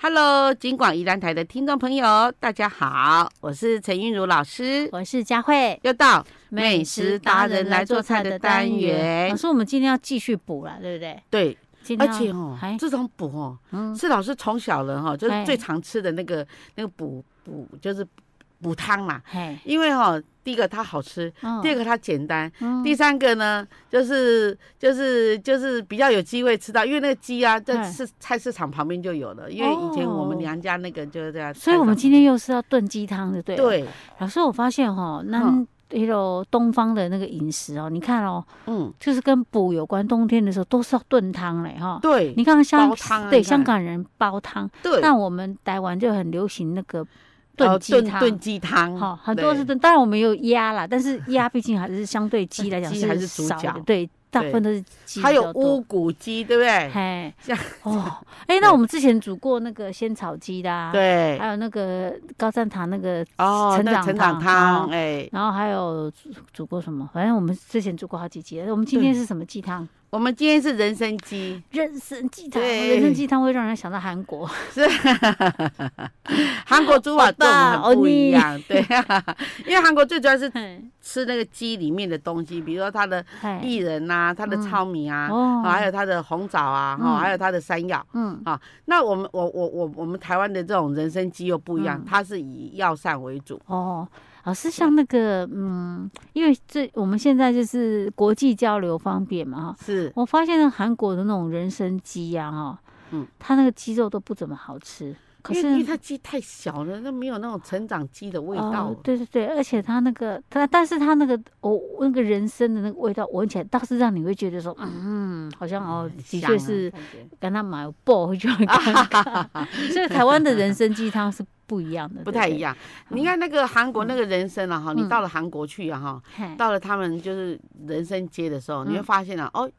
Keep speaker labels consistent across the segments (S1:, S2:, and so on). S1: Hello，金广宜兰台的听众朋友，大家好，我是陈韵如老师，
S2: 我是佳慧，
S1: 又到
S2: 老师，我们今天要继续补了，对不对？
S1: 对，
S2: 今
S1: 而
S2: 天要
S1: 且哦
S2: 还，
S1: 这种补哦，
S2: 嗯，
S1: 是老师从小人哈，就是
S2: 哎
S1: 最常吃的那个那个补补，就是补汤啦。
S2: 嘿，
S1: 因为哈、哦，第一个它好吃，
S2: 嗯
S1: 第二个它简单，
S2: 嗯
S1: 第三个呢，就是就是就是比较有机会吃到，因为那个鸡啊，在
S2: 哎哦
S1: 市菜市场旁边就有了。因为以前我们娘家那个就是这样，
S2: 所以我们今天又是要炖鸡汤的，对了。
S1: 对，
S2: 老师，我发现哈，那
S1: 嗯
S2: 那种东方的那个饮食哦，你看哦，
S1: 嗯，
S2: 就是跟补有关，冬天的时候都是要炖汤嘞哈。
S1: 对
S2: 你看香
S1: 煲汤啊
S2: 对
S1: 你看
S2: 香港人煲汤，
S1: 对，
S2: 但我们台湾就很流行那个
S1: 呃
S2: 炖鸡汤，
S1: 炖鸡汤，
S2: 好，很多是
S1: 嗯对
S2: 炖，当然我们有鸭啦，但是鸭毕竟还是相对鸡来讲
S1: 鸡还是主
S2: 少
S1: 角
S2: 的，对，大部分都是鸡比较多。
S1: 还有乌骨鸡，对不对？
S2: 嘿
S1: 像，
S2: 哦，哎，
S1: 对
S2: 那我们之前煮过那个仙草鸡的啊，，
S1: 对
S2: 还，有那个高赞堂那个，
S1: 哦，
S2: 成
S1: 那个
S2: 长
S1: 成长汤，
S2: 汤
S1: 哎，
S2: 然后还有煮煮过什么，反正我们之前煮过好几集了。我们今天是什么鸡汤？
S1: 我们今天是人参鸡，
S2: 人参鸡汤，
S1: 对
S2: 人参鸡汤会让人想到韩国，
S1: 是韩国猪法跟我们很不一
S2: 哦
S1: 样，对， 因为韩国最主要是
S2: 嘿，
S1: 吃那个鸡里面的东西，比如说它的
S2: 嘿，
S1: 薏仁啊，它的
S2: 嗯
S1: 糙米啊，哦
S2: 哦
S1: 还有它的红枣啊，哦
S2: 嗯
S1: 还有它的山药。
S2: 嗯，
S1: 那我们我我我我们台湾的这种人参鸡又不一样
S2: 嗯，
S1: 它是以药膳为主。
S2: 哦。老师，像那个，嗯，因为这我们现在就是国际交流方便嘛，哈，
S1: 是，
S2: 我发现那韩国的那种人参鸡呀，哈，
S1: 嗯
S2: 嗯，它那个鸡肉都不怎么好吃，可
S1: 因为因为
S2: 是。
S1: 它鸡太小了，那没有那种成长鸡的味道
S2: 哦，。对对对，而且它那个，它但是它那个哦，那个人参的那个味道，闻起来倒是让你会觉得说，嗯，好像哦，的
S1: 香啊
S2: 确是
S1: 感觉
S2: 跟它买爆就 很尴尬，所以台湾的人参鸡汤是不一样的，
S1: 不太一
S2: 样。
S1: 样。 你看那个韩国那个人参啊，哈，你
S2: 嗯
S1: 到了韩国去啊，哈，
S2: 嘿
S1: 到了他们就是人参街的时候，你会
S2: 嗯
S1: 发现啊，哦，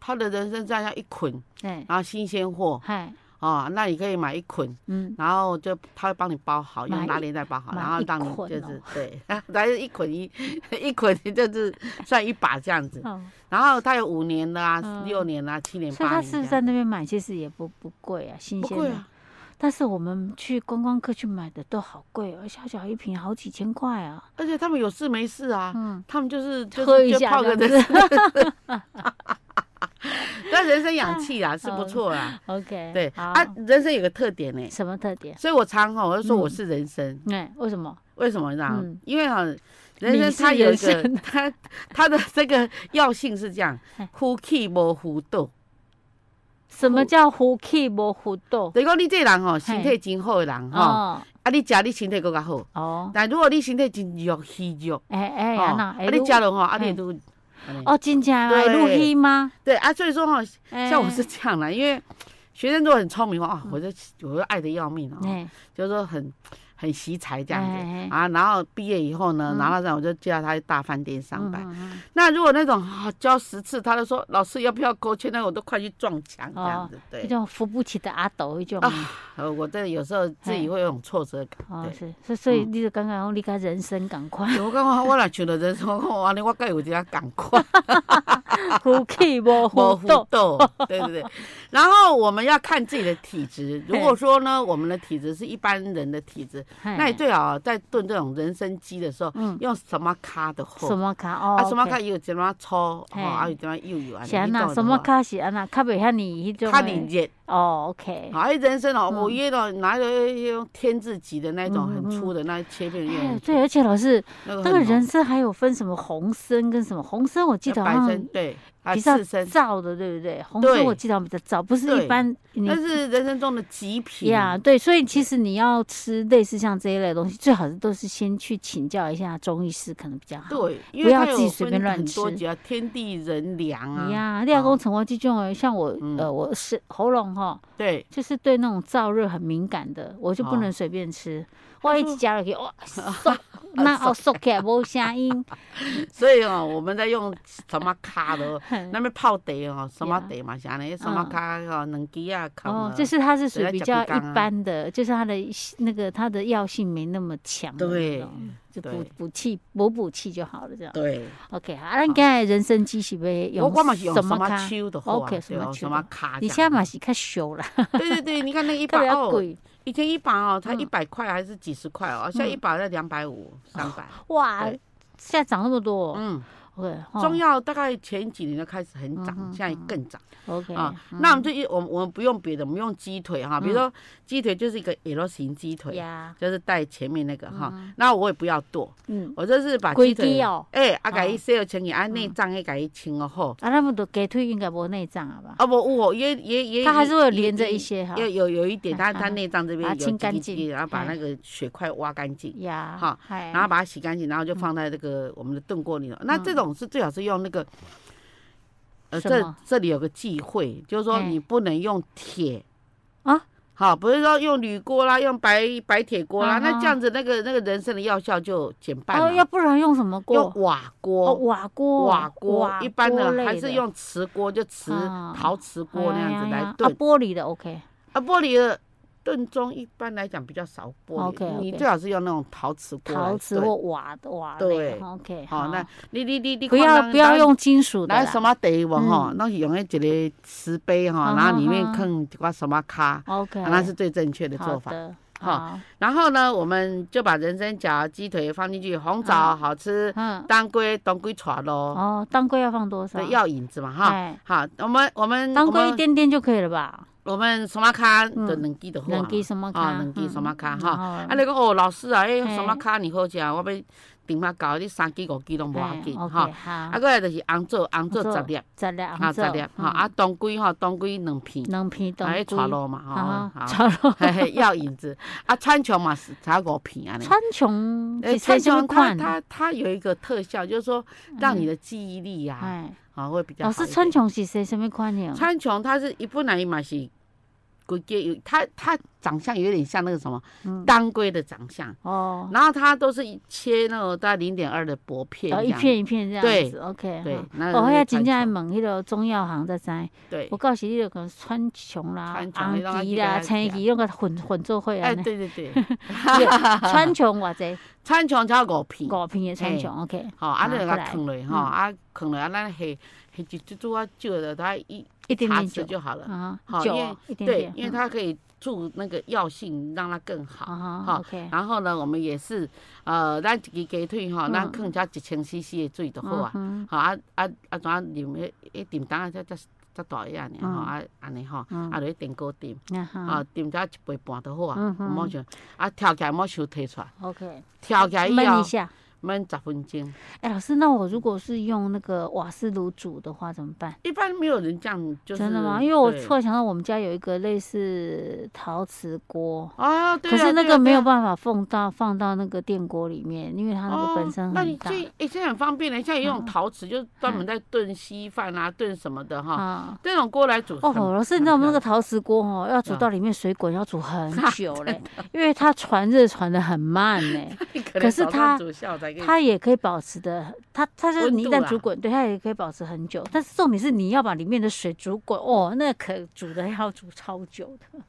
S1: 他的人参这样一捆，
S2: 对，
S1: 然后新鲜货
S2: 嗨，
S1: 哦，那你可以买一捆，
S2: 嗯，
S1: 然后就他会帮你包好，
S2: 买
S1: 用
S2: 一
S1: 拉链袋包好，
S2: 买
S1: 然后
S2: 一
S1: 让你
S2: 捆
S1: 就是、
S2: 哦
S1: 对， 然后一捆一 一捆就是算一把这样子，
S2: 哦，
S1: 然后它有五年的啊、
S2: 嗯
S1: 六年的啊、七年、
S2: 所以
S1: 八
S2: 他
S1: 年
S2: 是
S1: 这
S2: 不是在
S1: 样。
S2: 那边买，其实也不不贵啊，新
S1: 不
S2: 鲜
S1: 贵
S2: 的
S1: 啊。，
S2: 但是我们去观光客去买的都好贵哦，小小一瓶好几千块啊。
S1: 而且他们有事没事啊，
S2: 嗯，
S1: 他们就是嗯就是
S2: 喝一
S1: 就
S2: 下
S1: 泡
S2: 这
S1: 个
S2: 样
S1: 人，
S2: 子。
S1: 但人参 氧气啊是不
S2: 好
S1: 错啦。
S2: OK，
S1: 对
S2: 嗯好
S1: 啊，人参有个特点呢、
S2: 什么特点？
S1: 所以我常哈，我就说我
S2: 嗯
S1: 是人参，
S2: 哎，为什么？
S1: 为什么呢？
S2: 嗯
S1: 因为哈，人
S2: 你
S1: 参
S2: 是
S1: 它有一
S2: 人
S1: 个
S2: 参
S1: 它它的这个药性是这样
S2: 嘿，
S1: 呼气无呼斗，
S2: 什么叫呼气无呼斗？
S1: 等于讲你这人吼，身体真好的人吼，
S2: 哦
S1: 啊你食你身体更较好，
S2: 哦，
S1: 但如果你身体真弱虚弱，
S2: 哎哎
S1: 吼
S2: 呀那哎
S1: 啊你
S2: 如
S1: 食了吼，啊
S2: 嘿
S1: 你都
S2: 哦，真正吗？
S1: 对
S2: 入黑吗？
S1: 对啊，所以说哈，像我
S2: 哎嗯
S1: 是这样啦，因为学生如果很聪明哦，啊我就我就爱的要命哦，
S2: 哎
S1: 就是说很很惜才这样子。
S2: 哎哎
S1: 啊，然后毕业以后呢，
S2: 嗯
S1: 拿到这样我就叫他去大饭店上班。
S2: 嗯嗯
S1: 那如果那种啊教十次，他就说老师要不要勾圈？那我都快去撞墙这样子。
S2: 嗯一
S1: 对，
S2: 种扶不起的阿斗，一种
S1: 啊呃，我这有时候自
S2: 哎
S1: 己会有种挫折感。
S2: 哦
S1: 对嗯
S2: 是，所以所以你就刚刚你个人生赶快
S1: 我刚刚我若想到人生，我安尼我该有这样赶 快
S2: 呼气无
S1: 模
S2: 呼
S1: 糊
S2: 斗，
S1: 斗，对对对。然后我们要看自己的体质，如果说呢，我们的体质是一般人的体质，那
S2: 那
S1: 你最好在炖这种人参鸡的时候，
S2: 哎嗯
S1: 用什么卡的
S2: 什
S1: 货？
S2: 么卡哦
S1: 啊，什么
S2: OK
S1: 卡也有怎么粗，哦，
S2: 嘿
S1: 啊有怎么幼幼啊，
S2: 是安
S1: 你懂
S2: 那
S1: 的
S2: 什么
S1: 话？
S2: 卡是安那，较袂遐尼迄种
S1: 卡
S2: 的
S1: 里热。
S2: 哦，OK。
S1: 好，哎，人参哦，
S2: 嗯
S1: 我约到拿着用天字级的那种
S2: 嗯
S1: 很
S2: 嗯
S1: 粗的那切片用
S2: 哎，，对，而且老师，
S1: 那个
S2: 那个
S1: 很浓
S2: 人参还有分什么红参跟什么红参，我记得好
S1: 白参
S2: 像
S1: 对，啊
S2: 哦比较
S1: 四参，
S2: 燥的，对不对？红
S1: 对
S2: 参我记得好像比较燥，不是
S1: 对
S2: 一般你
S1: 那是人参中的极品
S2: 呀，对，所以其实你要吃类似像这一类的东西，最好是都是先去请教一下中医师，可能比较好。
S1: 对，因
S2: 不
S1: 为
S2: 要
S1: 它
S2: 自己
S1: 有
S2: 随
S1: 分
S2: 便乱
S1: 很多
S2: 吃
S1: 级啊，天地人良啊，
S2: 呀，你要
S1: 哦
S2: 讲像我这种的，像我
S1: 嗯
S2: 呃，我是喉咙哈，
S1: 对，
S2: 就是对那种燥热很敏感的，我就不
S1: 哦
S2: 能随便吃。我一
S1: 说 啊
S2: 吃下去，哇，爽那哦，说起来无声音，
S1: 所以哦，我们在用什么卡的，
S2: 嘿
S1: 那边泡茶哦，什么茶嘛是安尼，什么卡哦，两支啊，烤
S2: 哦
S1: 啊，
S2: 就是它是属
S1: 所以它
S2: 于比
S1: 脚
S2: 较
S1: 不刚
S2: 一
S1: 啊
S2: 般的，就是它的那个它的药性没那么强的那
S1: 对
S2: 种，就
S1: 对
S2: 补补气补补气就好了，这样。
S1: 对，
S2: OK，啊，咱今日人生机是要
S1: 我
S2: 用
S1: 我嘛是用
S2: 什
S1: 什
S2: 么
S1: 么
S2: 卡？
S1: 秋的话，
S2: OK，
S1: 对
S2: 什么
S1: 哦，
S2: 秋
S1: 什么卡，
S2: 你现在嘛，是较熟啦，
S1: 对对对，你看那个一
S2: 特
S1: 把
S2: 别较
S1: 哦，
S2: 贵。
S1: 以前一把哦才
S2: 嗯
S1: 一百块还是几十块哦，现在一把要两百五、三百，
S2: 哇，
S1: 对
S2: 现在涨那么多哦。
S1: 嗯，
S2: OK，吼
S1: 中药大概前几年就开始很涨
S2: 嗯，哼
S1: 现在更涨。
S2: OK，
S1: 啊，
S2: 嗯
S1: 那我们就一我们我们不用别的，我们用鸡腿哈，比如说鸡腿就是一个 L 型鸡腿，
S2: 呀，
S1: 就是带前面那个哈，那我也不要剁，
S2: 嗯，
S1: 我就是把
S2: 规
S1: 鸡
S2: 矩
S1: 腿
S2: 哦，嗯
S1: 哎，啊，给伊洗了清洁，啊，内脏也给伊清了后，
S2: 啊，那么多鸡腿应该无内脏了吧？
S1: 啊，我我也也也，
S2: 它还是会有
S1: 也
S2: 连着一，
S1: 也
S2: 些哈
S1: 也。有有一点， 它它
S2: 嗯嗯
S1: 内脏这边
S2: 把
S1: 有
S2: 它清
S1: 几
S2: 干
S1: 滴
S2: 净
S1: 几滴然后把
S2: 哎
S1: 那个血块挖干净。
S2: 呀，
S1: 哈
S2: 嗨，
S1: 然后把它洗干净，然
S2: 嗯
S1: 后就放在这个我们的炖锅里头。那这种是最好是用那个，呃，
S2: 什
S1: 这
S2: 么
S1: 这里有个忌讳，就是说
S2: 嘿
S1: 你不能用铁
S2: 啊，
S1: 好，不是说用铝锅啦，用白白铁锅啦，
S2: 啊哈
S1: 那这样子那个那个人参的药效就减半
S2: 哦，要
S1: 了。
S2: 不然用什么
S1: 用
S2: 锅？
S1: 瓦
S2: 哦，
S1: 锅，
S2: 瓦锅，
S1: 瓦锅一般
S2: 锅
S1: 的
S2: 类
S1: 还是用瓷锅，就瓷
S2: 啊
S1: 陶瓷锅那样子
S2: 哎呀
S1: 来
S2: 呀啊
S1: 炖。
S2: 玻璃的 OK，
S1: 啊，玻璃的炖盅一般来讲比较少玻
S2: OK，OK
S1: 璃，你最好是用那种陶瓷锅来
S2: 陶瓷
S1: 炖
S2: 或瓦的瓦类
S1: 对
S2: OK，
S1: 好，那你你你你
S2: 不
S1: 看
S2: 要
S1: 人
S2: 不要
S1: 人
S2: 用金属的
S1: 来
S2: 啦。
S1: 什么茶文吼，
S2: 嗯
S1: 那是用那一个瓷杯
S2: 啊
S1: 哈，
S2: 哈
S1: 然后里面
S2: 哈
S1: 放一挂什么咖，
S2: OK，
S1: 啊那是最正确的
S2: 好
S1: 做法。
S2: 的，
S1: 哈
S2: 好，
S1: 然后呢，我们就把人参、绞鸡腿放进去，红枣
S2: 啊
S1: 好吃，
S2: 嗯，
S1: 当归、当归炒咯，
S2: 哦，当归要放多少？
S1: 对，要引子嘛哈。
S2: 哎，
S1: 好，我们我们
S2: 当
S1: 我
S2: 归一
S1: 们
S2: 点点就可以了吧？
S1: 我们什么咖的
S2: 嗯
S1: 能记的好
S2: 两
S1: 啊。
S2: 支什么
S1: 啊，
S2: 卡？
S1: 两支什么咖
S2: 嗯
S1: 哈？
S2: 好
S1: 啊，你讲哦，老师啊，迄
S2: 嘿
S1: 什么咖你好食，我要顶下搞，你三支五支拢无要紧
S2: 哎
S1: 哈
S2: OK，。好
S1: 啊，，过来就是红枣，红枣
S2: 红
S1: 十
S2: 枣
S1: 粒。
S2: 十粒，
S1: 啊，十粒
S2: 嗯
S1: 哈，啊，，当归哈，当归两片，
S2: 两片当
S1: 啊，
S2: 归
S1: 迄，炒肉嘛
S2: 啊
S1: 吼， 好，
S2: 炒肉，
S1: 嘿嘿，要引子，啊，川穹嘛是炒五片啊尼。
S2: 川穹
S1: 诶
S2: 是什什么
S1: 它
S2: 款？
S1: 它它有一个特效，就是说让你的记忆力呀，
S2: 哎，
S1: 啊会比较
S2: 老
S1: 好。
S2: 师，川，穹是谁？什么款型？
S1: 川穹它是一不难嘛是龟龟有它它长相有点像那个什么
S2: 嗯
S1: 当归的长相，
S2: 哦，
S1: 然后它都是一切那种大概零点二的薄片
S2: 哦，
S1: 这
S2: 一
S1: 样，
S2: 片一片这样
S1: 对
S2: 子，OK，
S1: 对
S2: 哈，
S1: 那是
S2: 哦，我要
S1: 川
S2: 真正爱
S1: 穹
S2: 问迄个中药行才知，
S1: 对
S2: 我，告诉你，就讲川穹啦
S1: 川、穹你让我
S2: 红
S1: 记
S2: 芪
S1: 得
S2: 啦、
S1: 要
S2: 青
S1: 吃
S2: 芪，拢个混混做伙
S1: 哎
S2: 安尼。
S1: 对对对，
S2: 川穹偌济，
S1: 川穹炒五片。
S2: 五片的川 穹，OK，
S1: 吼，啊，
S2: 啊
S1: 你就
S2: 再
S1: 甲
S2: 来
S1: 放落
S2: 嗯
S1: 吼，啊，放落啊，咱下下一煮煮啊，少了它一
S2: 一点
S1: 茶
S2: 点
S1: 匙
S2: 酒
S1: 就好了。
S2: 啊，
S1: 好
S2: 酒
S1: 因为
S2: 哦一点
S1: 对
S2: 点，，
S1: 因为
S2: 嗯
S1: 它可以助那个药性，让它更好。
S2: 啊哈
S1: 好
S2: ，OK，
S1: 然后呢，我们也是，呃，咱一支鸡腿吼，咱
S2: 嗯
S1: 放只一千 CC 的水就好
S2: 嗯
S1: 啊。
S2: 哼
S1: 吼啊啊啊，怎啊啉迄迄炖汤啊，才才才大个安尼吼，
S2: 嗯
S1: 啊安尼吼，
S2: 嗯
S1: 啊落去电锅炖，
S2: 啊哈
S1: 啊炖只一杯半就好啊
S2: 嗯，哼
S1: 莫像啊跳起来莫想提出来，
S2: ，OK，
S1: 跳起来以
S2: 焖一
S1: 后
S2: 下。
S1: 焖十分钟。
S2: 哎，老师，那我如果是用那个瓦斯炉煮的话怎么办？
S1: 一般没有人这样，就是
S2: 真的吗？因为我
S1: 对
S2: 突然想到我们家有一个类似陶瓷锅，
S1: 啊，对啊
S2: 可是那
S1: 对啊
S2: 个没
S1: 对
S2: 有
S1: 啊
S2: 办法放到放到那个电锅里面，因为它那个本身
S1: 哦那你
S2: 很大嗯
S1: 这哎，现在很方便的，现在也用陶瓷，就是专门在炖稀饭啊、炖什么的哈。
S2: 啊。
S1: 这种锅来煮
S2: 哦，
S1: 很
S2: 老师，你知道我们那个
S1: 很
S2: 陶瓷锅哦，要煮
S1: 对啊
S2: 到里面水滚要 煮很久嘞，因为它传热传的很慢嘞。
S1: 漂亮
S2: 可是
S1: 早上
S2: 它
S1: 煮下午才可以
S2: 它也可以保持的，它它就是
S1: 温
S2: 你一
S1: 度
S2: 旦
S1: 啦
S2: 煮滚，对它也可以保持很久。但是重点是你要把里面的水煮滚哦，那可煮的要煮超久的，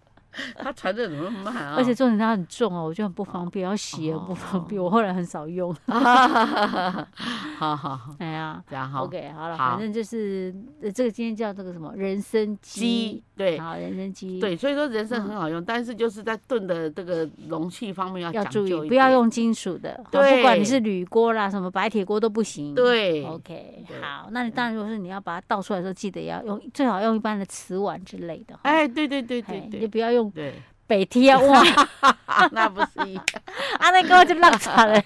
S1: 它传热怎么那么慢啊？
S2: 而且重点它很重哦，我觉得很不方便，要洗也不方
S1: 哦
S2: 便，我后来很少用。
S1: 好好好，
S2: 哎呀
S1: 这样哈。
S2: ，OK，好了，
S1: 好
S2: 反正就是呃这个今天叫这个什么人参
S1: 鸡
S2: 鸡，
S1: 对
S2: 好人参鸡，，嗯
S1: 对，所以说人参很好用，但是就是在炖的这个容器方面要
S2: 要
S1: 讲
S2: 注
S1: 究一点，
S2: 意不要用金属的，好不
S1: 对
S2: 管你是铝锅啦，什么白铁锅都不行。。
S1: 对
S2: OK，
S1: 对嗯
S2: 好，那你当然，如果是你要把它倒出来的时候，记得要用最好用一般的瓷碗之类的哈。
S1: 哎，对对对
S2: 嘿，
S1: 对
S2: 你
S1: 对
S2: 不要用
S1: 对，
S2: 北梯啊碗，
S1: 啊那不是一样，
S2: 啊，那个我就浪惨了。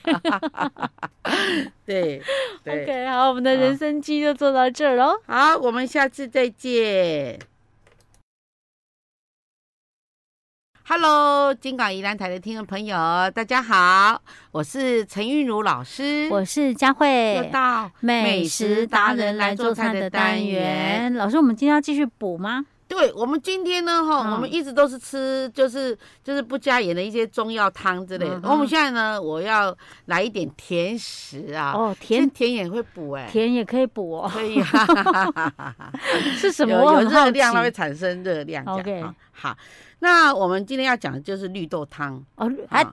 S1: 对对。
S2: OK，好，我们的人
S1: 好
S2: 生机就做到这儿喽。
S1: 好，我们下次再见。Hello，金港宜兰台的听众朋友，大家好，我是陈韵如老师。
S2: 我是佳
S1: 又
S2: 慧，
S1: 到
S2: 美食达人来做菜的单元。老师，我们今天要继续补吗？
S1: 对我们今天呢，哈、
S2: 嗯
S1: 我们一直都是吃就是就是不加盐的一些中药汤之类的。
S2: 嗯哼
S1: 我们现在呢，我要来一点甜食啊，
S2: 哦，
S1: 其实
S2: 甜
S1: 甜也会补哎、
S2: 甜也可以补 哦，
S1: 可以 啊，
S2: 是什么？
S1: 有
S2: 我
S1: 有
S2: 很好
S1: 热
S2: 奇
S1: 量，它会产生热量这样。
S2: OK
S1: 啊好，那我们今天要讲的就是绿豆汤。
S2: 哦，还
S1: 啊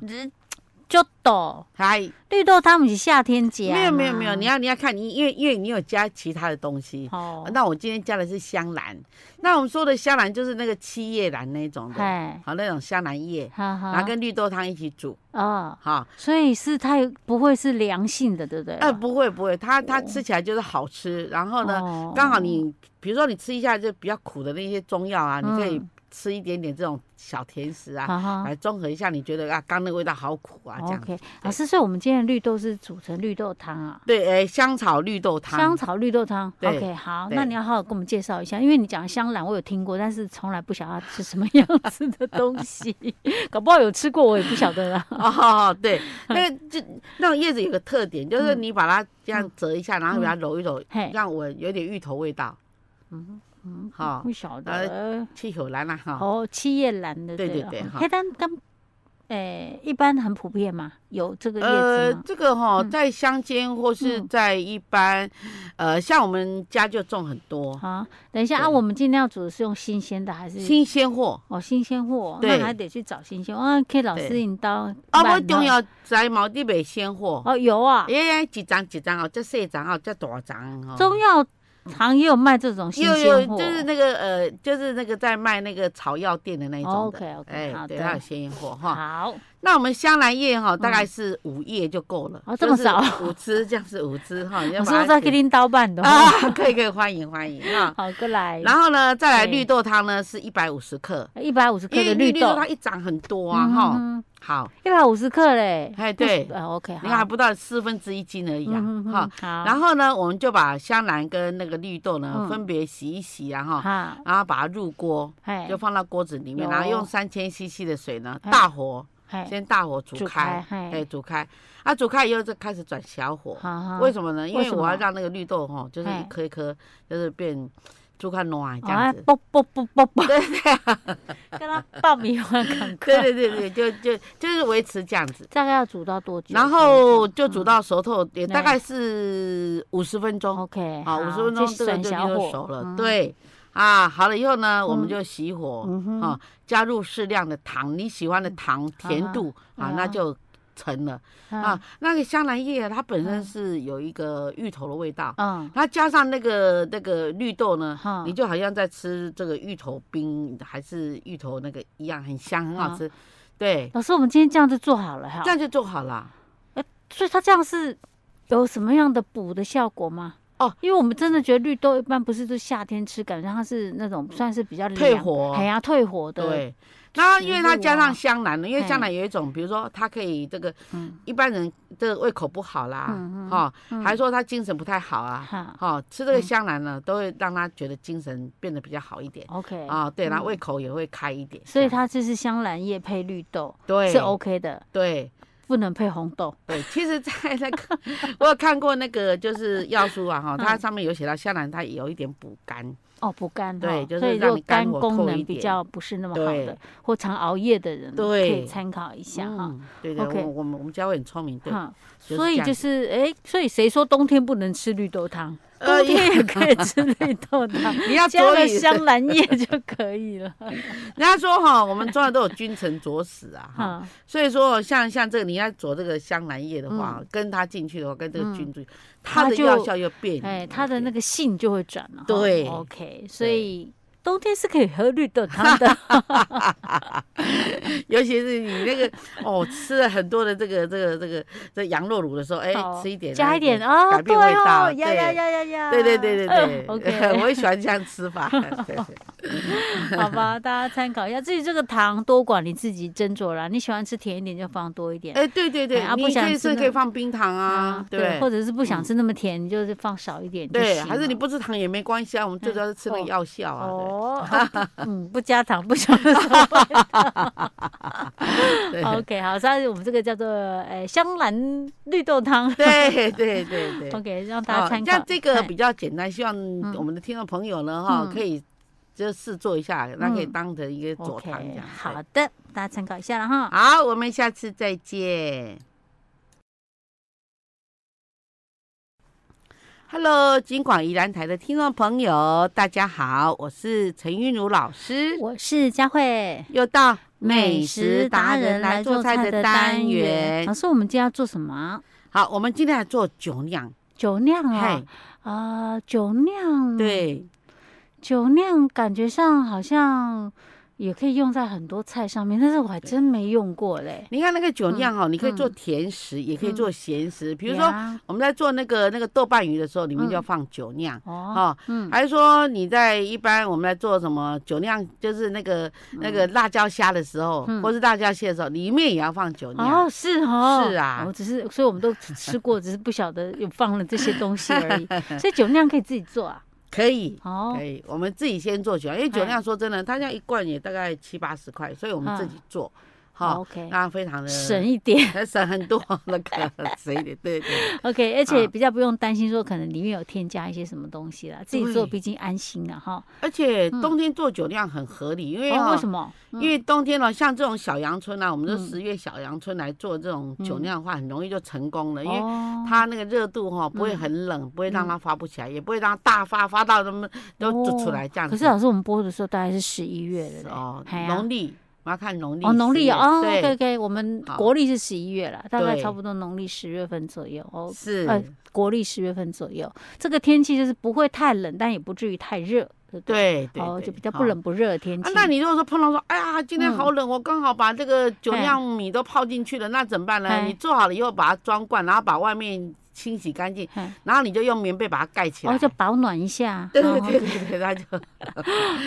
S2: 就豆
S1: 还
S2: 绿豆汤不是夏天节啊？
S1: 没有没有没有，你要你要看你，因为因为你有加其他的东西。
S2: 哦，
S1: 那我今天加的是香兰，那我们说的香兰就是那个七叶兰那种的，
S2: 嗨，
S1: 好那种香兰叶，
S2: 哈
S1: 然后
S2: 哈，
S1: 跟绿豆汤一起煮
S2: 哦，
S1: 哈。
S2: 所以是它有不会是凉性的，对不对？啊
S1: 呃，不会不会，它它吃起来就是好吃，然后呢，
S2: 哦
S1: 刚好你比如说你吃一下就比较苦的那些中药啊，你可以
S2: 嗯
S1: 吃一点点这种小甜食啊，
S2: 哈哈
S1: 来综合一下，你觉得啊，刚那个味道好苦啊，这样。
S2: OK，老师，所以我们今天的绿豆是煮成绿豆汤啊，
S1: 对，哎，香草绿豆汤。
S2: 香草绿豆汤。
S1: 对
S2: OK，好，
S1: 对
S2: 那你要好好给我们介绍一下，因为你讲香兰我有听过，但是从来不晓得它是什么样子的东 西，搞不好有吃过我也不晓得啊啦。
S1: 哦，对， 那个就那种叶子有个特点，就是
S2: 嗯
S1: 你把它这样折一下，然后给它揉一揉，
S2: 嘿，
S1: 让我有点芋头味道。嗯嗯，好
S2: 不，晓得。
S1: 气球兰啦哈。
S2: 哦，七叶兰的
S1: 对对
S2: 啊
S1: 对哈
S2: 黑丹跟诶一般很普遍嘛，有这个叶
S1: 呃
S2: 子吗，？
S1: 这个哈，
S2: 嗯
S1: 在乡间或是
S2: 嗯
S1: 在一般，呃，像我们家就种很多
S2: 好，等一下啊，
S1: 对
S2: 我们今天要煮的是用新鲜的还是？
S1: 新鲜货
S2: 哦，新鲜货，
S1: 对
S2: 那还得去找新鲜。啊，K 老师，
S1: 对
S2: 你到
S1: 啊，
S2: 慢
S1: 我
S2: 了
S1: 重要在毛地买鲜货。
S2: 哦，有啊，
S1: 耶，一张一张哦，这细张哦，这大张哦。
S2: 中药行也有卖这种新
S1: 有有
S2: 鲜，货，哦
S1: 就是那个呃，就是那个在卖那个草药店的那一种的。
S2: OK，OK，
S1: 哎
S2: 好
S1: 对，
S2: 的
S1: 它有鲜艳货哈。
S2: 好，嗯
S1: 那我们香兰叶哈，大概是五叶就够了。
S2: 哦这么少
S1: 就是五支这样是五支 哈，你
S2: 我
S1: 要
S2: 是不
S1: 把
S2: 是
S1: 它
S2: 在
S1: 给
S2: 给 您刀办的？哦
S1: 啊， 可以可以，欢迎欢迎啊。
S2: 好，过来，
S1: 然后呢，再来
S2: 对
S1: 绿豆汤呢是一百五十克，
S2: 一百五十克
S1: 因
S2: 的
S1: 为绿豆
S2: 豆，嗯
S1: 汤一掌很多啊哈。好，
S2: 一百五十克嘞，
S1: 哎对
S2: 呃，OK，
S1: 你看还
S2: 好，
S1: 不到四分之一斤而已啊
S2: 嗯
S1: 哈。，
S2: 然
S1: 然后呢，我们就把香兰跟那个绿豆呢
S2: 嗯
S1: 分别洗一洗啊哈，
S2: 好，
S1: 然后把它入锅。
S2: 哎
S1: 就，放到锅子里面，
S2: 有
S1: 然后用三千 CC 的水呢，
S2: 哎
S1: 大火
S2: 哎，
S1: 先大火煮
S2: 煮
S1: 开，
S2: 开嘿
S1: 哎，煮开，啊，煮开以后就开始转小火，
S2: 好好，
S1: 为什么呢？因
S2: 为
S1: 为
S2: 什么
S1: 我要让那个绿豆哈，就是
S2: 哎
S1: 一颗一颗，就是变煮开软这
S2: 啊
S1: 样子，
S2: 啵啵啵啵啵，
S1: 对对
S2: 跟它爆米花赶 快，
S1: 对对对对，就就就是维持这样子，
S2: 大概要煮到多久？
S1: 然后就
S2: 嗯
S1: 煮到熟透，也
S2: 哎
S1: 大概是五十分钟，
S2: OK，
S1: 啊，五十分钟
S2: 就
S1: 这个
S2: 转
S1: 就
S2: 小
S1: 就
S2: 火
S1: 熟了，
S2: 嗯
S1: 对。啊，好了以后呢，我们
S2: 嗯
S1: 就熄火
S2: 嗯哼
S1: 啊，加入适量的糖，你喜欢的糖甜
S2: 啊
S1: 度啊
S2: 啊，
S1: 那就成了啊
S2: 啊，。
S1: 那个香兰叶啊它本身
S2: 嗯
S1: 是有一个芋头的味道，
S2: 嗯，
S1: 它加上那个那个绿豆呢
S2: 哈，
S1: 你就好像在吃这个芋头冰还是芋头那个一样，很香，很好
S2: 啊
S1: 吃。对，
S2: 老师，我们今天这样就做好了哈
S1: 这。样就做好了。
S2: 所以它这样是有什么样的补的效果吗？
S1: 哦，
S2: 因为我们真的觉得绿豆一般不是都夏天吃，感觉它是那种算是比较凉
S1: 退火啊
S2: 哎呀退火的，
S1: 对，然后因为它
S2: 植物
S1: 加
S2: 啊
S1: 上香兰呢，因为香
S2: 嘿
S1: 兰有一种，比如说它可以这个
S2: 嗯，
S1: 一般人这个胃口不好啦，
S2: 嗯嗯
S1: 哈、
S2: 嗯
S1: 还说他精神不太好啊，
S2: 哈
S1: 哈、吃这个
S2: 嗯
S1: 香兰呢，都会让他觉得精神变得比较好一点
S2: ，OK，
S1: 啊、对，然后
S2: 嗯
S1: 胃口也会开一点，
S2: 所以
S1: 这样
S2: 它就是香兰叶配绿豆
S1: 对
S2: 是哦 OK 的，
S1: 对
S2: 不能配红豆。
S1: 对，其实，在那个 我有看过那个就是药书啊，
S2: 嗯
S1: 哈，它上面有写到香兰，它也有一点补肝，
S2: 哦，不干哈
S1: 对就是
S2: 所以如
S1: 让
S2: 果
S1: 你肝
S2: 肝
S1: 火
S2: 功
S1: 透
S2: 能
S1: 一
S2: 比
S1: 点
S2: 较不是那么好
S1: 对
S2: 的，或常熬夜的人，
S1: 对
S2: 可以参考一下啊哈。
S1: 嗯，对对，
S2: OK
S1: 我我们我们家会很聪明，对，
S2: 哈，
S1: 就是
S2: 所以
S1: 这样
S2: 就是哎、所以谁说冬天不能吃绿豆汤？
S1: 呃
S2: 冬天也可以吃绿豆汤，
S1: 你要
S2: 加
S1: 多
S2: 了
S1: 虑。
S2: 香兰叶就可以了。
S1: 人家说哈，我们中药都有君臣佐使啊，哈，
S2: 哈，
S1: 所以说，像像这个你要佐这个香兰叶的话，跟它进去的话，跟这个菌株，它的
S2: 嗯它就
S1: 药效又变。
S2: 哎，它的那
S1: 个，
S2: 个性就会转了哈。
S1: 对
S2: ，OK，所以冬天是可以喝绿豆汤的。
S1: 尤其是你那个哦，吃了很多的这个这个这个这羊肉乳的时候， 哎
S2: 好，
S1: 吃一点，
S2: 加一点
S1: 然
S2: 哦，
S1: 改变
S2: 对
S1: 味道
S2: 哦呀呀
S1: 对
S2: 呀呀呀！
S1: 后就。对对对对 对
S2: OK，
S1: 我也喜欢这样吃 法。对对
S2: 好吧，大家参考一下。至于这个糖多寡，你自己斟酌啦。你喜欢吃甜一点就放多一点，
S1: 哎，对对
S2: 哎
S1: 对
S2: 啊，不
S1: 你
S2: 想
S1: 可以
S2: 吃
S1: 是
S2: 那
S1: 可以放冰糖啊，对
S2: 或者是不想吃那么甜，你就是放少一点就
S1: 对，
S2: 行
S1: 还是你
S2: 了
S1: 不吃糖也没关系啊，我们最主要是吃那个
S2: 哦
S1: 药效啊。对
S2: 哦，啊不 嗯，不加糖，不加糖。
S1: 对
S2: OK，好，哦所以我们这个叫做呃香兰绿豆汤。
S1: 对对对对。
S2: OK，让
S1: 好，
S2: 大家参考。
S1: 像这个
S2: 嗨
S1: 比较简单，希望我们的听众朋友呢，哈、
S2: 嗯
S1: 可以就试做一下，那可以
S2: 嗯
S1: 当成一个佐汤这
S2: OK，
S1: 样。对
S2: 好的，大家参考一下了哈。
S1: 好，我们下次再见。Hello，金广宜兰台的听众朋友，大家好，我是陈韵如老师，
S2: 我是佳慧，
S1: 又到
S2: 美食达人来做菜的单元。老。师，我们今天要做什么啊？
S1: 好，我们今天来做酒酿，
S2: 酒酿啊
S1: 嘿，，
S2: 啊，酒酿，，
S1: 对，
S2: 酒酿感觉上好像也可以用在很多菜上面，但是我还真没用过嘞。
S1: 你看那个酒酿哦，你可以
S2: 嗯
S1: 做甜食，也可以
S2: 嗯
S1: 做咸食，比如说
S2: 呀
S1: 我们在做那个那个豆瓣鱼的时候，里面就要
S2: 嗯
S1: 放酒酿。
S2: 哦，
S1: 哦，
S2: 嗯，
S1: 还是说你在一般我们来做什么酒酿，就是那个那个辣椒虾的时候，
S2: 嗯
S1: 或是辣椒蟹的时候，里面也要放酒酿。
S2: 哦，是哦，
S1: 是啊
S2: 我只是，所以我们都只吃过，只是不晓得有放了这些东西而 已。所以酒酿可以自己做啊。
S1: 可以，
S2: 哦
S1: 可，以，我们自己先做酒酿，因为酒
S2: 哎
S1: 酿说真的，它这样一罐也大概七八十块，所以我们自己做，哈，
S2: 哦，OK，
S1: 那非常的
S2: 省，一 点。
S1: 省很多那 个省一点，对 对，
S2: OK，而且
S1: 啊
S2: 比较不用担心说可能里面有添加一些什么东西啦，自己做
S1: 对
S2: 毕竟安心了哈。
S1: 而且
S2: 嗯
S1: 冬天做酒酿很合理，因为
S2: 哦，
S1: 哈
S2: 为什么？
S1: 因为冬天了，像这种小阳春啊，我们说
S2: 嗯
S1: 十月小阳春来做这种酒
S2: 嗯
S1: 酿的话，很容易就成功了，因为
S2: 哦嗯
S1: 它那个热度哈、不会很冷，不会让它发不起来，也不会让它大发发到什么都
S2: 哦
S1: 煮出来这样子。
S2: 可是老师，我们播的时候大概是十一月了嘞
S1: 哦，
S2: 哎呀
S1: 农历我要看农历
S2: 哦，农
S1: 十
S2: 历
S1: 月
S2: 哦
S1: 对
S2: ，OK OK，我们
S1: 好
S2: 国历是十一月啦，大概
S1: 对
S2: 差不多农历十月份左右哦，
S1: 是、
S2: 呃国历十月份左右，这个天气就是不会太冷，但也不至于太热，对不对？
S1: 对对
S2: 哦，
S1: 对
S2: 就比较不
S1: 好
S2: 冷嗯不热的天
S1: 啊
S2: 气。，
S1: 那你如果说碰到说，哎呀，今天好冷，我刚好把这个酒
S2: 哎
S1: 酿米都泡进去了，那怎么办呢？
S2: 哎
S1: 你做好了以后把它装罐，然后把外面清洗干净，
S2: 哎
S1: 然后你就用棉被把它盖起来。
S2: 哦，就保暖一下。
S1: 对
S2: 哦
S1: 对啊对对对，它就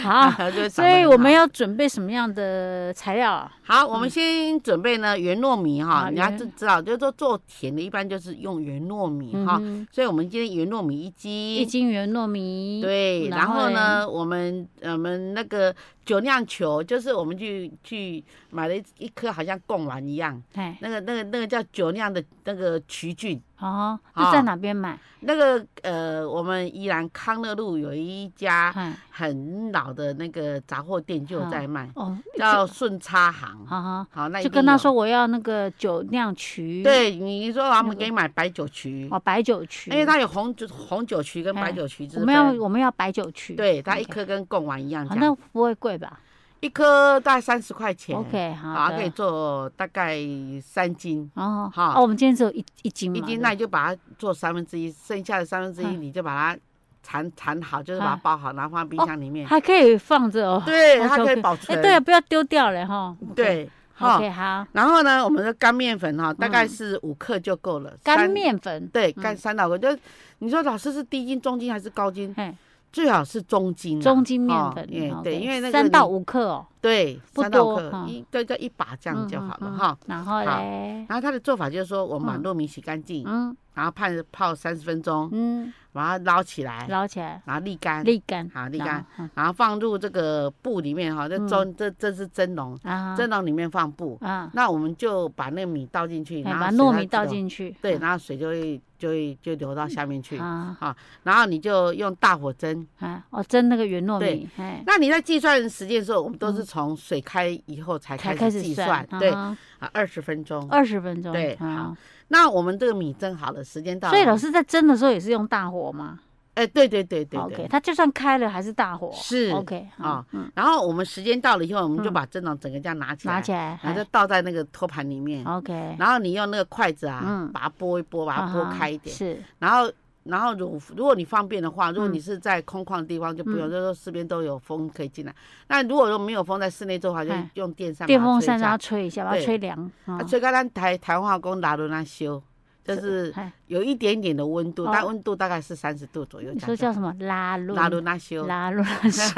S2: 好，
S1: 就会长
S2: 所
S1: 得
S2: 以
S1: 很
S2: 我
S1: 好
S2: 们要准备什么样的材料啊？
S1: 好，我们先准备呢啊圆糯米哈，
S2: 好
S1: 你要
S2: 圆
S1: 知知道，就是说做甜的，一般就是用圆糯米
S2: 嗯
S1: 哈。
S2: 哼
S1: 所以我们今天圆糯米一斤，
S2: 一斤圆糯米，，
S1: 对，
S2: 然
S1: 然
S2: 后
S1: 后呢，我们呃我们那个酒酿球，就是我们去去买了一一颗，好像贡丸一样，
S2: 哎，
S1: 那个那个那个叫酒酿的那个曲菌。
S2: 哦，
S1: 啊
S2: 那在哪边买？
S1: 那个呃，我们宜兰康乐路有一家
S2: 哎，
S1: 很老的那个杂货店就有在卖，
S2: 哦，
S1: 叫顺差行。
S2: 好好，
S1: 好，那一
S2: 就
S1: 定
S2: 跟他
S1: 有
S2: 说我要那个酒酿曲，，
S1: 对，你说我
S2: 那
S1: 们
S2: 个
S1: 给你买白酒曲，
S2: 哦，白酒曲，
S1: 因为它有红酒红酒曲跟白
S2: 哎
S1: 酒曲之
S2: 我们要
S1: 分。
S2: 我们要白酒曲，
S1: 对，它一
S2: OK
S1: 颗跟贡丸一样
S2: 好，
S1: 这
S2: 那
S1: 样，
S2: 不会贵吧
S1: 一颗大概三十块钱。
S2: ？OK，
S1: 好，
S2: 好
S1: 它可以
S2: 的，
S1: 做大概三斤，
S2: 哦，
S1: 好
S2: 哦，我们今天只有一一斤嘛，
S1: 一斤
S2: 对
S1: 那你就把它做三分之一，剩下的三分之一
S2: 嗯
S1: 你就把它缠缠好，就是把它
S2: 嗯
S1: 包好，然后放冰箱里面。
S2: 还可以放着哦，
S1: 对，它可
S2: OK，OK
S1: 以保
S2: 哎，
S1: 存。
S2: 对，不要丢掉了哈，
S1: 对，哈。
S2: ，OK，好，
S1: 然后呢，我们的干面粉哈，大概
S2: 嗯
S1: 是五克就够了。
S2: 干
S1: 三
S2: 面粉，
S1: 对，
S2: 嗯
S1: 干三到五，就是你说老师是低筋、中筋还是高筋？
S2: 哎，
S1: 最好是中筋啊、
S2: 中筋
S1: 哦
S2: 面粉
S1: 哎，对，
S2: OK，
S1: 因为那个
S2: 三
S1: 你
S2: 到五克哦，
S1: 对
S2: 不
S1: 三到五
S2: 多
S1: 克
S2: 哈
S1: 一对对一把这样就好了
S2: 嗯
S1: 哈。。
S2: 嗯嗯然后
S1: 好
S2: 嘞，
S1: 然后它的做法就是说，我们把
S2: 嗯
S1: 糯米洗干净，
S2: 嗯
S1: 然后泡泡三十分钟，
S2: 嗯，
S1: 把它捞起来，
S2: 捞起来，
S1: 然后沥干，
S2: 沥干，
S1: 好嗯沥
S2: 然
S1: 干，
S2: 后，嗯
S1: 然后放入这个布里面哈，这
S2: 嗯
S1: 蒸这这是蒸笼，
S2: 啊
S1: 蒸笼里面放布，
S2: 啊，
S1: 那我们就把那个米倒进去，
S2: 哎
S1: 然后
S2: 把
S1: 水
S2: 糯
S1: 它
S2: 米
S1: 自
S2: 倒
S1: 动，
S2: 进去，
S1: 对，
S2: 啊
S1: 然后水就会就会就流到下面去，
S2: 啊
S1: 然后你就用大火蒸。
S2: 啊，哦，蒸那个圆糯
S1: 对
S2: 米，哎，
S1: 那你在计算时间的时候，我们都是从水开以后才
S2: 嗯才
S1: 开
S2: 开
S1: 始
S2: 始
S1: 计
S2: 算
S1: 算，，对，
S2: 啊，
S1: 啊，二十分钟。
S2: 二十分钟，
S1: 对
S2: 啊，
S1: 那我们这个米蒸好了，时间到了。
S2: 所以老，师在蒸的时候也是用大火嘛
S1: 哎，对对对对
S2: ，OK，
S1: 对。
S2: 它就算开了还是大火，
S1: 是
S2: ，OK，
S1: 啊
S2: 啊，嗯，
S1: 然后我们时间到了以后，我们就把蒸笼整个这样拿起来，
S2: 拿起来，
S1: 然后
S2: 哎
S1: 就倒在那个托盘里面。
S2: ，OK，
S1: 然后你用那个筷子啊
S2: 嗯，
S1: 把它拨一拨，把它拨开一点。
S2: 是，
S1: 然后，然后如如果你方便的话，如果
S2: 嗯
S1: 你是在空旷的地方，就不用，
S2: 嗯
S1: 就是说四边都有风可以进来。那如果说没有风，在室内做的话，就
S2: 哎
S1: 用电扇把它吹一下。
S2: 电风扇让它吹一下，把它
S1: 对
S2: 吹凉，啊
S1: 啊，吹到咱台台湾话讲拿轮那修，就是
S2: 哎
S1: 有一点点的温度，
S2: 哦
S1: 但温度大概是三十度左右
S2: 你
S1: 这样
S2: 说
S1: 子。
S2: 叫什么拉路？
S1: 拿轮那修，
S2: 拉路 那是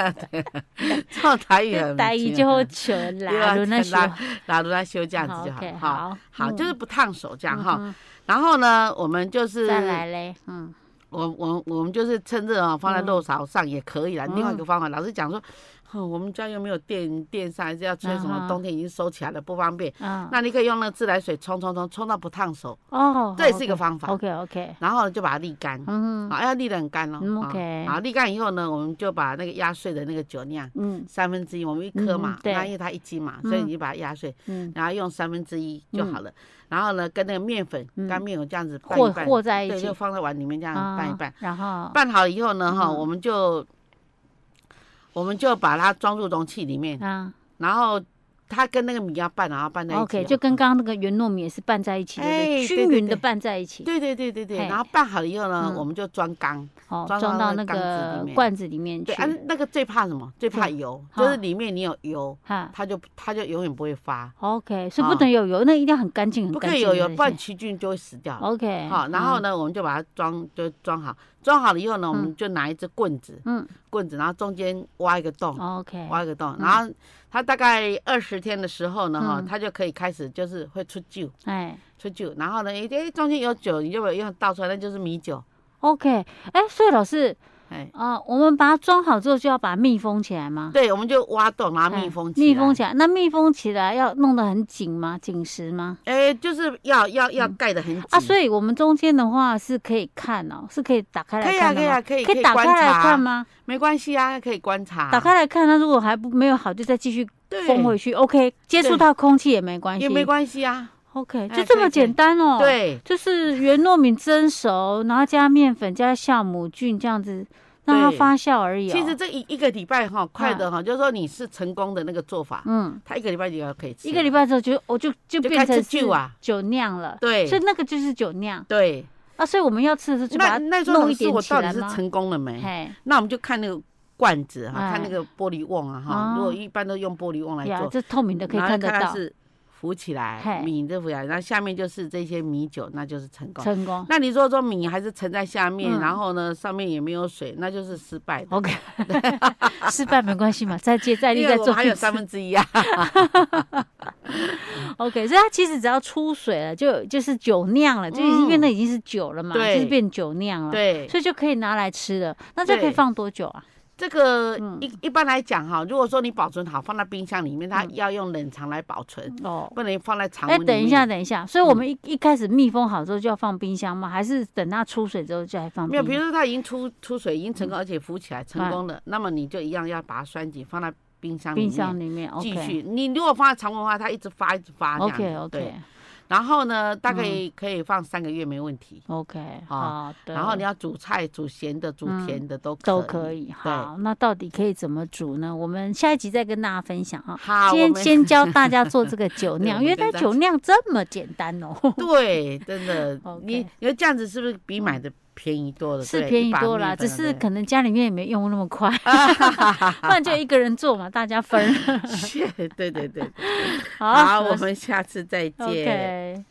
S1: 这种台语 很啊
S2: 大一就求拉路那是
S1: 拿轮那修这样子就
S2: ，OK，
S1: 好哈。
S2: 好，
S1: 好，
S2: 嗯
S1: 就是不烫手这样哈。
S2: 嗯
S1: 然后呢，我们就是
S2: 哼再来嘞，嗯，
S1: 我我我们就是趁热啊，放在肉勺上也可以啦。
S2: 嗯
S1: 另外一个方法，老师讲说，哼我们家又没有电电扇，要吹什
S2: 啊
S1: 么
S2: 哈？
S1: 冬天已经收起来了，不方便。
S2: 啊，
S1: 那你可以用那个自来水冲冲冲，冲到不烫手，
S2: 哦，
S1: 这也是一个方法。
S2: OK OK，
S1: 然后呢，就把它沥干，
S2: 嗯
S1: 啊，要沥得很干哦。
S2: 嗯
S1: 啊
S2: OK
S1: 好，沥干以后呢，我们就把那个压碎的那个酒酿
S2: 嗯
S1: 三分之一，我们一颗嘛
S2: 嗯，对
S1: 那因为它一斤嘛，所以你就把它压碎，
S2: 嗯，
S1: 然后用三分之一就好了。然后呢，跟那个面粉
S2: 嗯、
S1: 干面粉这样子拌
S2: 和
S1: 一拌，
S2: 和在一
S1: 对，
S2: 起
S1: 就，放在碗里面这样拌一拌。，
S2: 然后
S1: 拌好以后呢，哈，
S2: 嗯
S1: 我们就我们就把它装入容器里面，
S2: 啊
S1: 然后它跟那个米要拌，然后拌在一起哦。
S2: ，OK，就跟刚刚那个圆糯米也是拌在一起，对不对
S1: 哎
S2: 均
S1: 对对
S2: 匀的
S1: 对
S2: 拌在一起，
S1: 对对对对对，
S2: 嘿
S1: 然后拌好了以后呢，
S2: 嗯
S1: 我们就装缸。
S2: 哦，
S1: 装
S2: 装
S1: 到
S2: 到那
S1: 那个缸子里
S2: 个
S1: 面
S2: 罐子里面去
S1: 对，，啊，那个最怕什么？最怕油，
S2: 对
S1: 就
S2: 啊
S1: 是里面你有油，
S2: 哈
S1: 它就它就永远不会发，
S2: ，OK，所以不
S1: 啊
S2: 能有油，那一定要很干净，很
S1: 不
S2: 干
S1: 可以
S2: 净
S1: 有
S2: 的
S1: 油，
S2: 那
S1: 不然
S2: 些
S1: 曲菌就会死掉。
S2: OK，
S1: 好，然后
S2: 嗯，
S1: 呢，我们就把它装，就装好。装好了以后呢，我们就拿一支棍子，
S2: 嗯
S1: 棍子，然后中间挖一个洞，
S2: ，OK，
S1: 挖一个洞，
S2: 嗯
S1: 然后它大概二十天的时候呢，哈、
S2: 嗯
S1: 它就可以开始就是会出酒，
S2: 哎
S1: 出酒，然后呢，诶，诶中间有酒，你就把用倒出来，那就是米酒，
S2: ，OK，哎，所以老师，
S1: 哎，
S2: 啊，我们把它装好之后就要把它密封起来吗？
S1: 对，我们就挖洞，然后
S2: 哦哎
S1: 密封起来，
S2: 密封起来，那密封起来要弄得很紧吗？紧实吗？
S1: 诶，哎就是要要要盖得很紧、
S2: 啊，所以我们中间的话是可以看哦，是可以打开来
S1: 可以
S2: 看
S1: 啊，
S2: 的
S1: 可以啊，
S2: 吗
S1: 可以
S2: 打
S1: 观
S2: 开来看
S1: 察，
S2: 吗？
S1: 没关系啊，可以观察，
S2: 打开来看，它如果还不没有好，就再继续
S1: 对，
S2: 封回去。OK，接触到空气也没关系，
S1: 也没关系啊，
S2: OK，
S1: 哎
S2: 就这么简单哦。，
S1: 对。
S2: 就是原糯米蒸熟，然后加面粉、加酵母菌这样子，让它
S1: 对
S2: 发酵而已、哦。
S1: 其实，这一一个礼拜哈，快的哈，就是说你是成功的那个做法，
S2: 嗯，
S1: 它一个礼拜就要可以吃，
S2: 一个礼拜之后就我就就
S1: 就
S2: 变
S1: 开
S2: 成
S1: 始
S2: 是
S1: 酒啊，
S2: 酒酿了。
S1: 对
S2: 所以那个就是酒酿
S1: 对，
S2: 啊。所以我们要吃的时候就把
S1: 那
S2: 它
S1: 那时候
S2: 弄
S1: 老
S2: 一
S1: 师
S2: 点
S1: 我
S2: 起
S1: 到底
S2: 来
S1: 是
S2: 吗？
S1: 成功了没？
S2: 嘿，
S1: 那我们就看那个罐子哈，
S2: 哎
S1: 看那个玻璃瓮啊
S2: 哦
S1: 哈。如果一般都用玻璃瓮来
S2: 呀，
S1: 做，
S2: 这透明的可以
S1: 然后
S2: 看得
S1: 它
S2: 到，
S1: 是浮起来
S2: 嘿，
S1: 米就浮起来，然后下面就是这些米酒，那就是成功。
S2: 成功。
S1: 那你说说米还是沉在下面
S2: 嗯，
S1: 然后呢上面也没有水，那就是失败的。
S2: OK，失败没关系嘛，再接再厉
S1: 因
S2: 再
S1: 为我
S2: 做
S1: 们还有
S2: 一
S1: 三
S2: 次。
S1: 分之一啊，
S2: OK，所以它其实只要出水了，就就是酒酿了，就已经
S1: 嗯
S2: 变得已经是酒了嘛，
S1: 对
S2: 就是变酒酿了。
S1: 对，
S2: 嗯所以就可以拿来吃了。那这可以
S1: 对
S2: 放多久啊？
S1: 这个
S2: 嗯
S1: 一一般来讲哈，如果说你保存好，放到冰箱里面，它
S2: 嗯
S1: 要用冷藏来保存，
S2: 哦，
S1: 不能放在常
S2: 哎、
S1: 温里面。
S2: 等一下，，等一下，所以我
S1: 嗯
S2: 们一、一开始密封好之后就要放冰箱吗？还是等它出水之后再放
S1: 没
S2: 冰
S1: 有，
S2: 箱？
S1: 比如说它已经出出水，已经
S2: 嗯
S1: 成功，而且浮起来成功了，那么你就一样要把它拴紧，放在冰箱里
S2: 冰箱
S1: 面。
S2: 里面
S1: 继
S2: ，OK。
S1: 续，你如果放在常温的话，它一直发一直发这样子。
S2: OK
S1: 对
S2: OK
S1: 然后呢，大概
S2: 嗯
S1: 可以放三个月没问题。
S2: OK，
S1: 好
S2: 好的。
S1: 然后你要煮菜、煮咸的、煮甜的都
S2: 嗯都
S1: 可
S2: 可
S1: 以。
S2: 以。好，那到底可以怎么煮呢？我们下一集再跟大家分享啊。
S1: 好，我
S2: 今天
S1: 们
S2: 先教大家做 这个
S1: 对
S2: 酒
S1: 我
S2: 酿，
S1: 们
S2: 因为它
S1: 跟大家
S2: 酒酿这么简单哦。
S1: 对，真的
S2: OK，
S1: 你你这样子是不是比买的便宜多了？
S2: 是
S1: 对
S2: 便宜
S1: 一把
S2: 多
S1: 面
S2: 啦，只
S1: 粉
S2: 是
S1: 对
S2: 可能家里面也没用那么快，不然就一个人做嘛，大家分。
S1: 是对对对。
S2: 好，
S1: 好，
S2: 我
S1: 我
S2: 是
S1: 们下次再见。
S2: OK。